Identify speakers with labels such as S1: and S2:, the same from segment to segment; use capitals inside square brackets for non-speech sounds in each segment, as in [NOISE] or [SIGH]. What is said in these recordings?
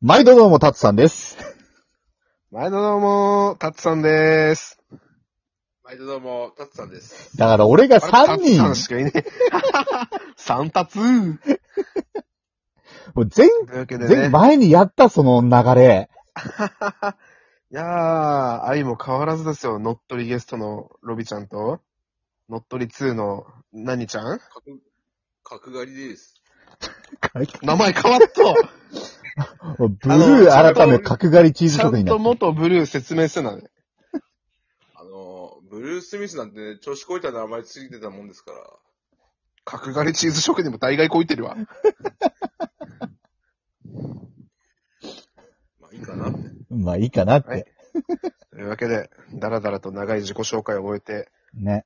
S1: 毎度どうも、たつさんです。
S2: 毎度どうも、たつさんでーす。
S3: 毎度どうも、たつさんです。
S1: だから俺が
S2: あ
S1: 3
S2: れタツさ
S1: 人、
S2: んしか
S1: [LAUGHS]
S2: いねえ。三たつー
S1: もう前、
S2: というわけで
S1: 前、
S2: ね。
S1: 前にやったその流れ。
S2: いやー、愛も変わらずですよ。乗っ取りゲストのロビちゃんと、乗っ取り2の何ちゃん
S3: 角、角刈りです。
S2: 名前変わった
S1: ブルー改め角刈り [LAUGHS] チーズ
S2: ちゃ
S1: 職人
S2: ん
S1: だ
S2: と。元ブルー説明するなね。
S3: あのー、ブルース・スミスなんてね、調子こいた名前ついてたもんですから。
S2: 角刈りチーズ職人も大概こいてるわ。
S3: まあいいかなって。
S1: まあいいかなっ
S2: はい
S1: て。
S2: というわけで、だらだらと長い自己紹介を終えて、
S1: ね。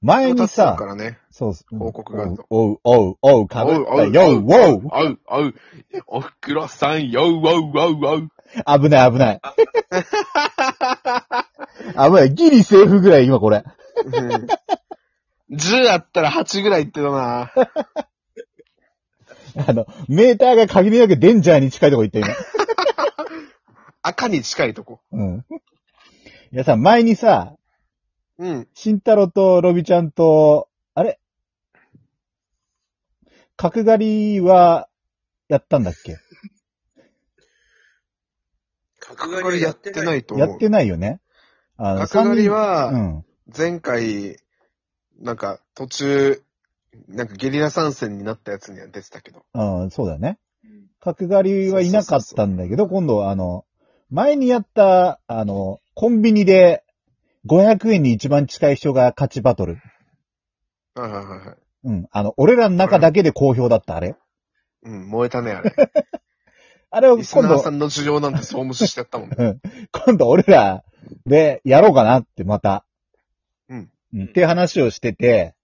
S1: 前
S2: た
S1: に
S2: つさんか
S1: さ、
S2: らね、
S1: そうす。
S2: 報告があると
S1: おう、おう、おう、かぶった。よう、おう。
S2: あう、あう、おふくろさん、よう、おう、おう、おう。
S1: 危ない、危
S2: [LAUGHS]
S1: ない。危ない。ギリセーフぐらい、今これ。
S2: 10あったら8ぐらいいってた
S1: あ
S2: な。
S1: の、メーターが限りなくデンジャーに近いとこ行った、今。
S2: 赤に近いとこ。
S1: うん。いやさ、前にさ、
S2: うん。
S1: 慎太郎とロビちゃんと、あれ角刈りは、やったんだっけ
S3: 角。
S2: 角刈りやってないいと
S1: や
S2: 思
S1: っ
S2: う。
S1: てないよねあ
S2: 角刈り、
S1: 三人
S2: は、
S1: うん。
S2: 前回、なんか途中、なんかゲリラ参戦になったやつには出てたけど。
S1: ああそうだよね。角刈りはいなかったんだけど、今度はあの、前にやった、あの、コンビニで、500円に一番近い人が勝ちバトル。
S2: はいはいはいはい。
S1: うん。あの、俺らの中だけで好評だった、あれ。
S2: うん、燃えたね、
S1: [LAUGHS]
S2: あれ。
S1: あれを
S2: リス
S1: 今
S2: ナー
S1: 度
S2: さ、んの需要なんてそう無視してやったもんね。
S1: 今度俺らでやろうかなって、また。
S2: うん。
S1: っていう話をしてて、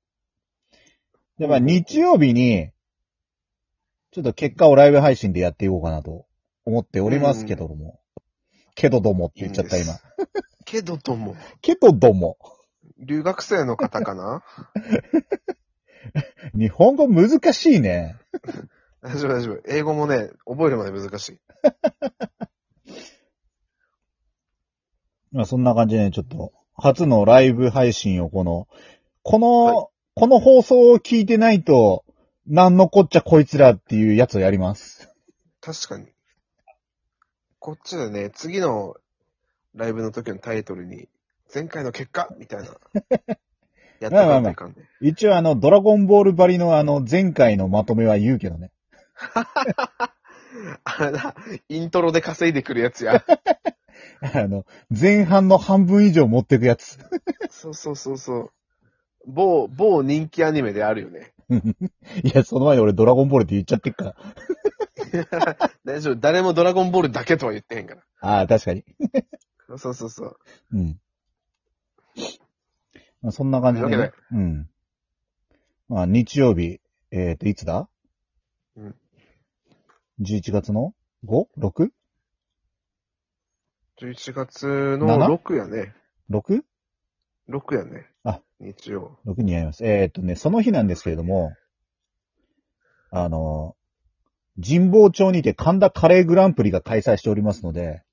S1: で、まあ
S2: うん
S1: 日曜日に、ちょっと結果をライブ配信でやっていこうかなと思っておりますけども。けどどもって言っちゃった
S2: いいんで
S1: 今
S2: す。けどとも、
S1: けどども。
S2: 留学生の方かな [LAUGHS]
S1: 日本語難しいね。
S2: 大丈夫大丈夫。英語もね、覚えるまで難しい。
S1: まあそんな感じでね、ちょっと、初のライブ配信をこの、この、
S2: は
S1: この放送を聞いてないと、なんのこっちゃこいつらっていうやつをやります。
S2: 確かに。こっちでね、次のライブの時のタイトルに、前回の結果みたいな。やってかんといかんね。
S1: 一応あの、ドラゴンボールばりのあの、前回のまとめは言うけどね。 [LAUGHS]
S2: あれだ、イントロで稼いでくるやつや。
S1: あの、前半の半分以上持ってくやつ。 [LAUGHS]
S2: そうそうそうそう。某、某人気アニメであるよね。
S1: いや、その前に俺ドラゴンボールって言っちゃってっから。
S2: 大丈夫。誰もドラゴンボールだけとは言ってへんか
S1: ああ、確かに。
S2: ら。そうそうそう。
S1: うん。まあ、そんな感じで、
S2: というわ
S1: ね。うん。まあ、日曜日、えっ、と、いつだ
S2: うん。
S1: 11月の 5?6?6?
S2: 11月の6やね。6やね。
S1: あ。
S2: 日曜。
S1: 6にやります。えっ、とね、その日なんですけれども、あの、神保町にて神田カレーグランプリが開催しておりますので、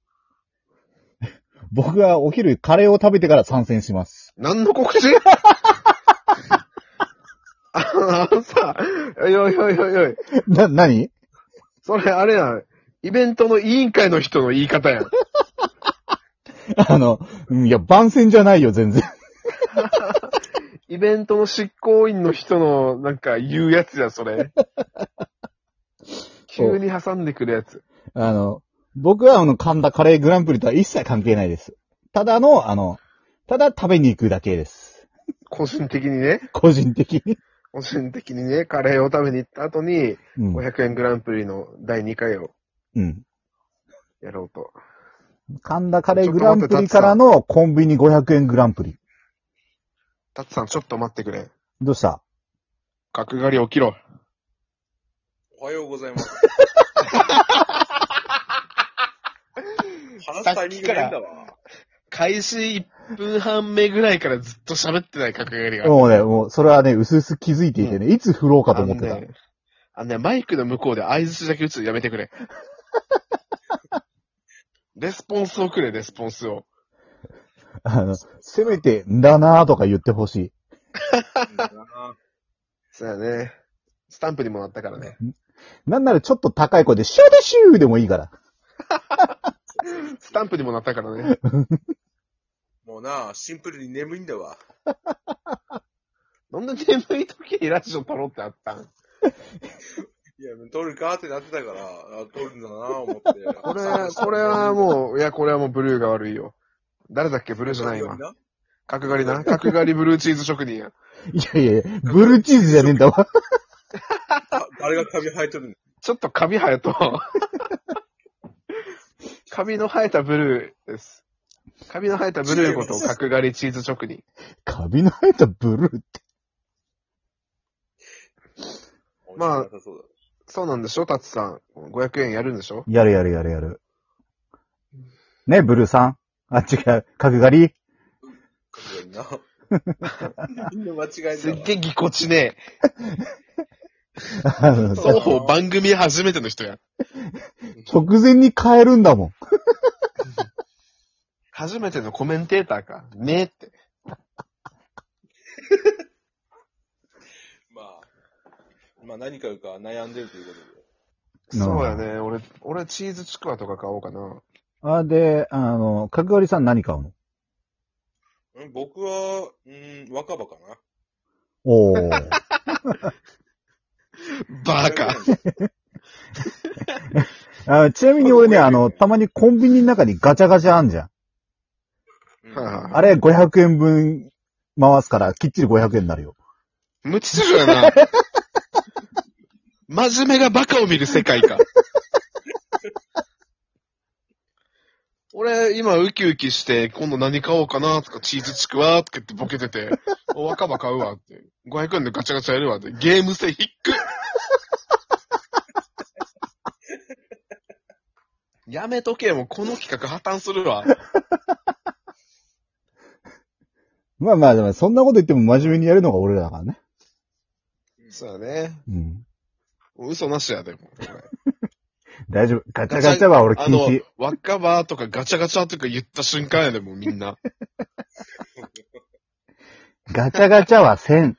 S1: 僕はお昼カレーを食べてから参戦します。
S2: 何の告知 [LAUGHS] あのあのさ、おいおいおいおいおい。
S1: な、何
S2: それあれやん。イベントの委員会の人の言い方 [LAUGHS] やん。
S1: あの、うんいや、番宣じゃないよ、全然。
S2: イベントの執行員の人の、なんか言うやつや、そ [LAUGHS] れ。急に挟んでくるやつ。
S1: あの、僕はあの、神田カレーグランプリとは一切関係ないです。ただの、あの、ただ食べに行くだけです。
S2: 個人的にね。
S1: 個人的に。
S2: 個人的にね、カレーを食べに行った後に、
S1: うん。
S2: 500円グランプリの第2回を
S1: うん。
S2: やろうと。
S1: 神田カレーグランプリからのコンビニ500円グランプリ。
S2: タツさん、ちょっと待ってくれ。
S1: どうした
S2: 角刈り起きろ。
S3: おはようご
S2: [LAUGHS]
S3: ざいます。話すタイミング変だわ。
S2: 開始1分半目ぐらいからずっと喋ってない角刈りが。
S1: もうね、もう、それはね、うすうす気づいていてね、いつ振ろうかと思って
S2: あ
S1: た
S2: の。ねあのね、マイクの向こうで合図だけ打つのやめてくれ。 [LAUGHS] レスポンスをくれ、レスポンスを。
S1: あの、せめて、んだなーとか言ってほし
S2: そうやね。スタンプにもなったからね。
S1: い。なんならちょっと高い声で、シューでシューでもいいから。
S2: スタンプにもなったからね。
S3: もうな、シンプルに眠いんだわ。
S2: なんで眠い時にラジオ撮ろうってあったん
S3: いや、撮るかってなってたから、あ撮るんだな、思って。
S2: これ、これはもう、いや、これはもうブルーが悪いよ。誰だっけブルーじゃないわ。角刈りな。角刈りブルーチーズ職人や。
S1: いやいやいや、ブルーチーズじゃねえんだわ。
S3: あ誰が髪生えとるの
S2: ちょっと髪生え [LAUGHS] と。髪の生えたブルーです。髪の生えたブルーこと角刈りチーズ職人。
S1: カビの生えたブルーって。
S2: まあ
S3: 面白さそう
S2: そうなんでしょタツさん。500円やるんでしょ
S1: やるやるやるやる。ね、ブルーさん。あ、違う。角刈り。
S3: だ角刈
S2: [LAUGHS]
S3: りな。みんな間違え
S2: す
S3: た
S2: っ
S3: わ。
S2: げえぎこちねえ。
S1: あの
S3: そう
S2: 双方番組初めての人や。
S1: 直前に変えるんだもん。
S2: 初めてのコメンテーターか。ねえって。
S3: まあ、まあ何買うか悩んでるということで。
S1: なあ
S2: そうやね。俺、俺チーズちくわとか買おうかな。
S1: あ、で、あの、角刈りさん何買うの
S3: うん僕は、うん、若葉かな。
S1: おー。
S2: バカ。
S1: あちなみに俺ね、あの、たまにコンビニの中にガチャガチャあんじゃん。
S3: うん
S2: は
S1: あれ500円分回すから、きっちり500円になるよ。
S2: 無秩序や [LAUGHS] な。真面目がバカを見る世界か。俺、今、ウキウキして、今度何買おうかなとか、チーズちくわとかってボケてて、お、若葉買うわって。500円でガチャガチャやるわって。ゲーム性ひっく。やめとけ、もうこの企画破綻するわ。
S1: まあまあ、でもそんなこと言っても真面目にやるのが俺らだからね。
S2: そうだね。
S1: うん。
S2: 嘘なしやで、もう。
S1: 大丈夫。ガチャガチャは俺
S2: あ
S1: 禁
S2: の
S1: 止。、
S2: 若葉とかガチャガチャとか言った瞬間やで、もうみんな。
S1: ガチャガチャは1000。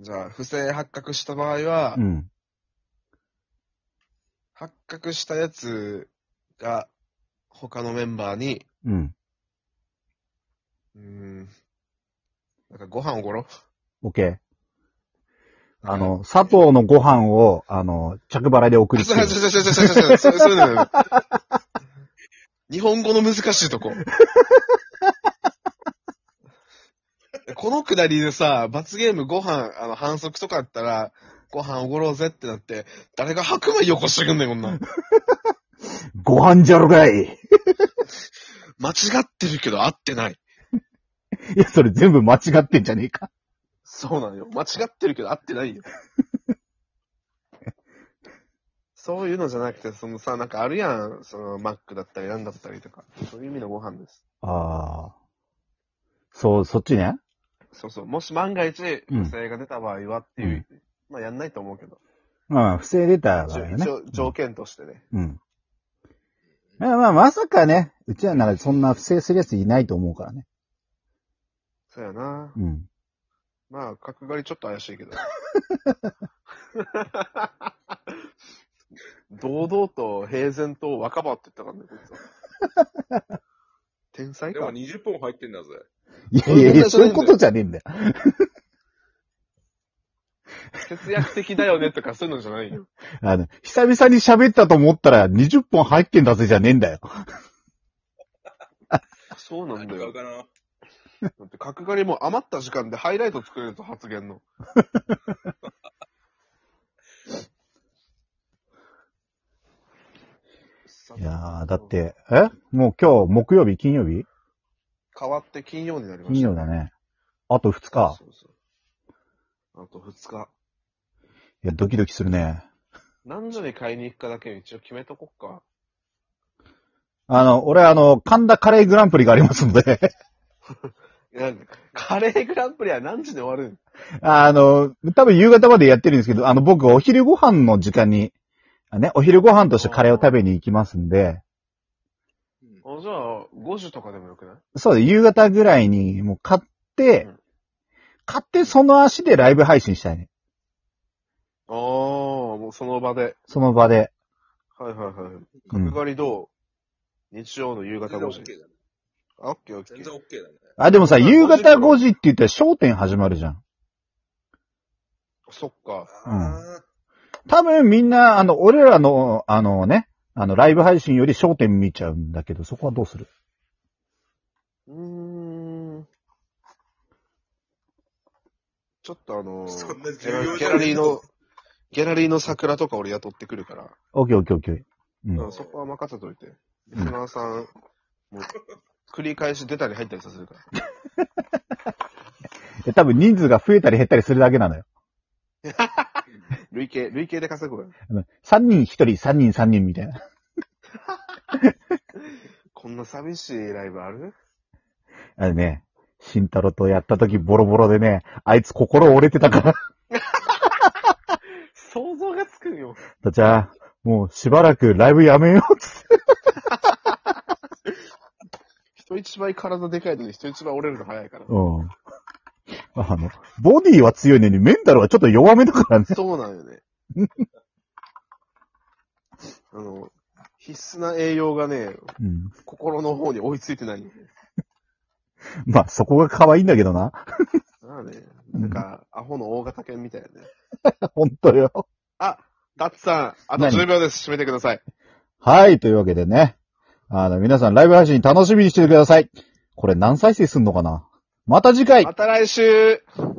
S2: じゃあ、不正発覚した場合は、
S1: うん。
S2: 発覚したやつが、他のメンバーに、
S1: うん。
S2: うーん、なんかご飯おごろ
S1: オッケー。あの、佐藤のご飯を、あの、着払いで送
S2: う。
S1: りつ
S2: そ
S1: け
S2: う
S1: る。
S2: そうそうそうそうそうそういうのよ日本語の難しいとこ。このくだりでさ、罰ゲームご飯、あの、反則とかあったら、ご飯おごろうぜってなって、誰が白米よこしてくんねん、こんなん。
S1: ご飯じゃろかい。い
S2: 間違ってるけど合ってない。
S1: や、それ全部間違ってんじゃねえか。
S2: そうなのよ。間違ってるけど合っ
S1: [LAUGHS]
S2: てないよ。そういうのじゃなくて、そのさ、なんかあるやん。その、マックだったり、なんだったりとか。そういう意味のご飯です。
S1: ああ。そう、そっちね。
S2: そうそう。もし万が一、
S1: うん
S2: 不正が出た場合はっていう。まあ、やんないと思うけど。
S1: まあ、不正出たからね。
S2: 一応、条件としてね。
S1: うん。まあまあ、まさかね、うちらならそんな不正するやついないと思うからね。
S2: そうやな。
S1: うん。
S2: まあ、角刈りちょっと怪
S1: [LAUGHS]
S2: しいけど。堂々と平然と若葉って言ったからね、こいつは
S1: [LAUGHS]
S2: 天才
S3: で
S2: か。
S3: も20本入ってんだぜ。
S1: いやいやいや、そういうことじゃねえんだよ。
S2: 節約的だよねとかそういうのじゃないよ。
S1: あの、久々に喋ったと思ったら20本入ってんだぜじゃねえんだよ。
S2: そうなんだ
S3: 何買
S2: よ
S3: う。かな。
S2: だって角刈りも余った時間でハイライト作れると発言の。
S1: いやー、だっ。て、えもう今日木曜日、金曜日
S2: 変わって金曜になりました。
S1: 金曜だね。あと2日。
S2: そうそう。あと2日。
S1: いや、ドキドキするね。
S2: 何時に買いに行くかだけ一応決めとこっか。
S1: あの、俺あの、神田カレーグランプリがありますので、 [LAUGHS]
S2: いやカレーグランプリは何時で終わるん
S1: あの、多分夕方までやってるんですけど、あの、僕お昼ご飯の時間に、ね、お昼ご飯としてカレーを食べに行きますんで、
S3: うん
S2: あ、じゃあ、5時とかでもよくない
S1: そうだ、夕方ぐらいにもう買って
S2: うん、
S1: 買ってその足でライブ配信したいね。
S2: ああ、もうその場で。
S1: その場で。
S2: はいはいはい。
S1: うん
S2: 角刈りどう、日曜の夕方
S3: 全然
S2: 5
S3: OK
S2: 時。
S3: だね。
S2: あ、オッケーオッケー。
S3: 全然 OK だね。
S1: あ、でもさ、
S2: うん
S1: 夕方5時って言ったら商店始まるじゃん。
S2: そっか。
S3: あ
S1: 多分みんな、あの、俺らの、あのね、あの、ライブ配信より商店見ちゃうんだけど、そこはどうする
S2: うーん。ちょっとあのー
S3: そんな
S2: ギ
S3: 重
S2: ャ
S3: 要じゃ
S2: ラ
S3: ない
S2: ギャラリーの、ギャラリーの桜とか俺雇ってくるから、
S1: オッケーオッケーオッケー。うん
S2: うんそこは任せといて。リスナーさん、もう、繰り返し出たり入ったりさせるから。
S1: で多分人数が増えたり減ったりするだけなのよ。
S2: 累計、累計で稼ぐわよ。
S1: あの3人1人、3人3人みたいな。
S2: こんな寂しいライブある
S1: あのね、慎太郎とやった時ボロボロでね、あいつ心折れてたから。
S2: 想像がつくよ。
S1: とじゃあ、もうしばらくライブやめようっつって。
S2: 人一倍体でかいのに人一倍折れるの早いから。
S1: うん。あの、ボディは強いのにメンタルはちょっと弱めだからね。
S2: そうなんよね。あの、必須な栄養がね、
S1: うん。
S2: 心の方に追いついてないよね。
S1: まあ、そこが可愛いんだけどな。
S2: なあね、なんか、アホの大型犬みたいなね。
S1: ほんとよ。
S2: あ、ダッツさん、あと
S1: 何
S2: 10秒です。締めてください。
S1: はい、というわけでね。あの、皆さんライブ配信楽しみにしててください。これ何再生すんのかなまた次回
S2: また来週
S3: ーあー。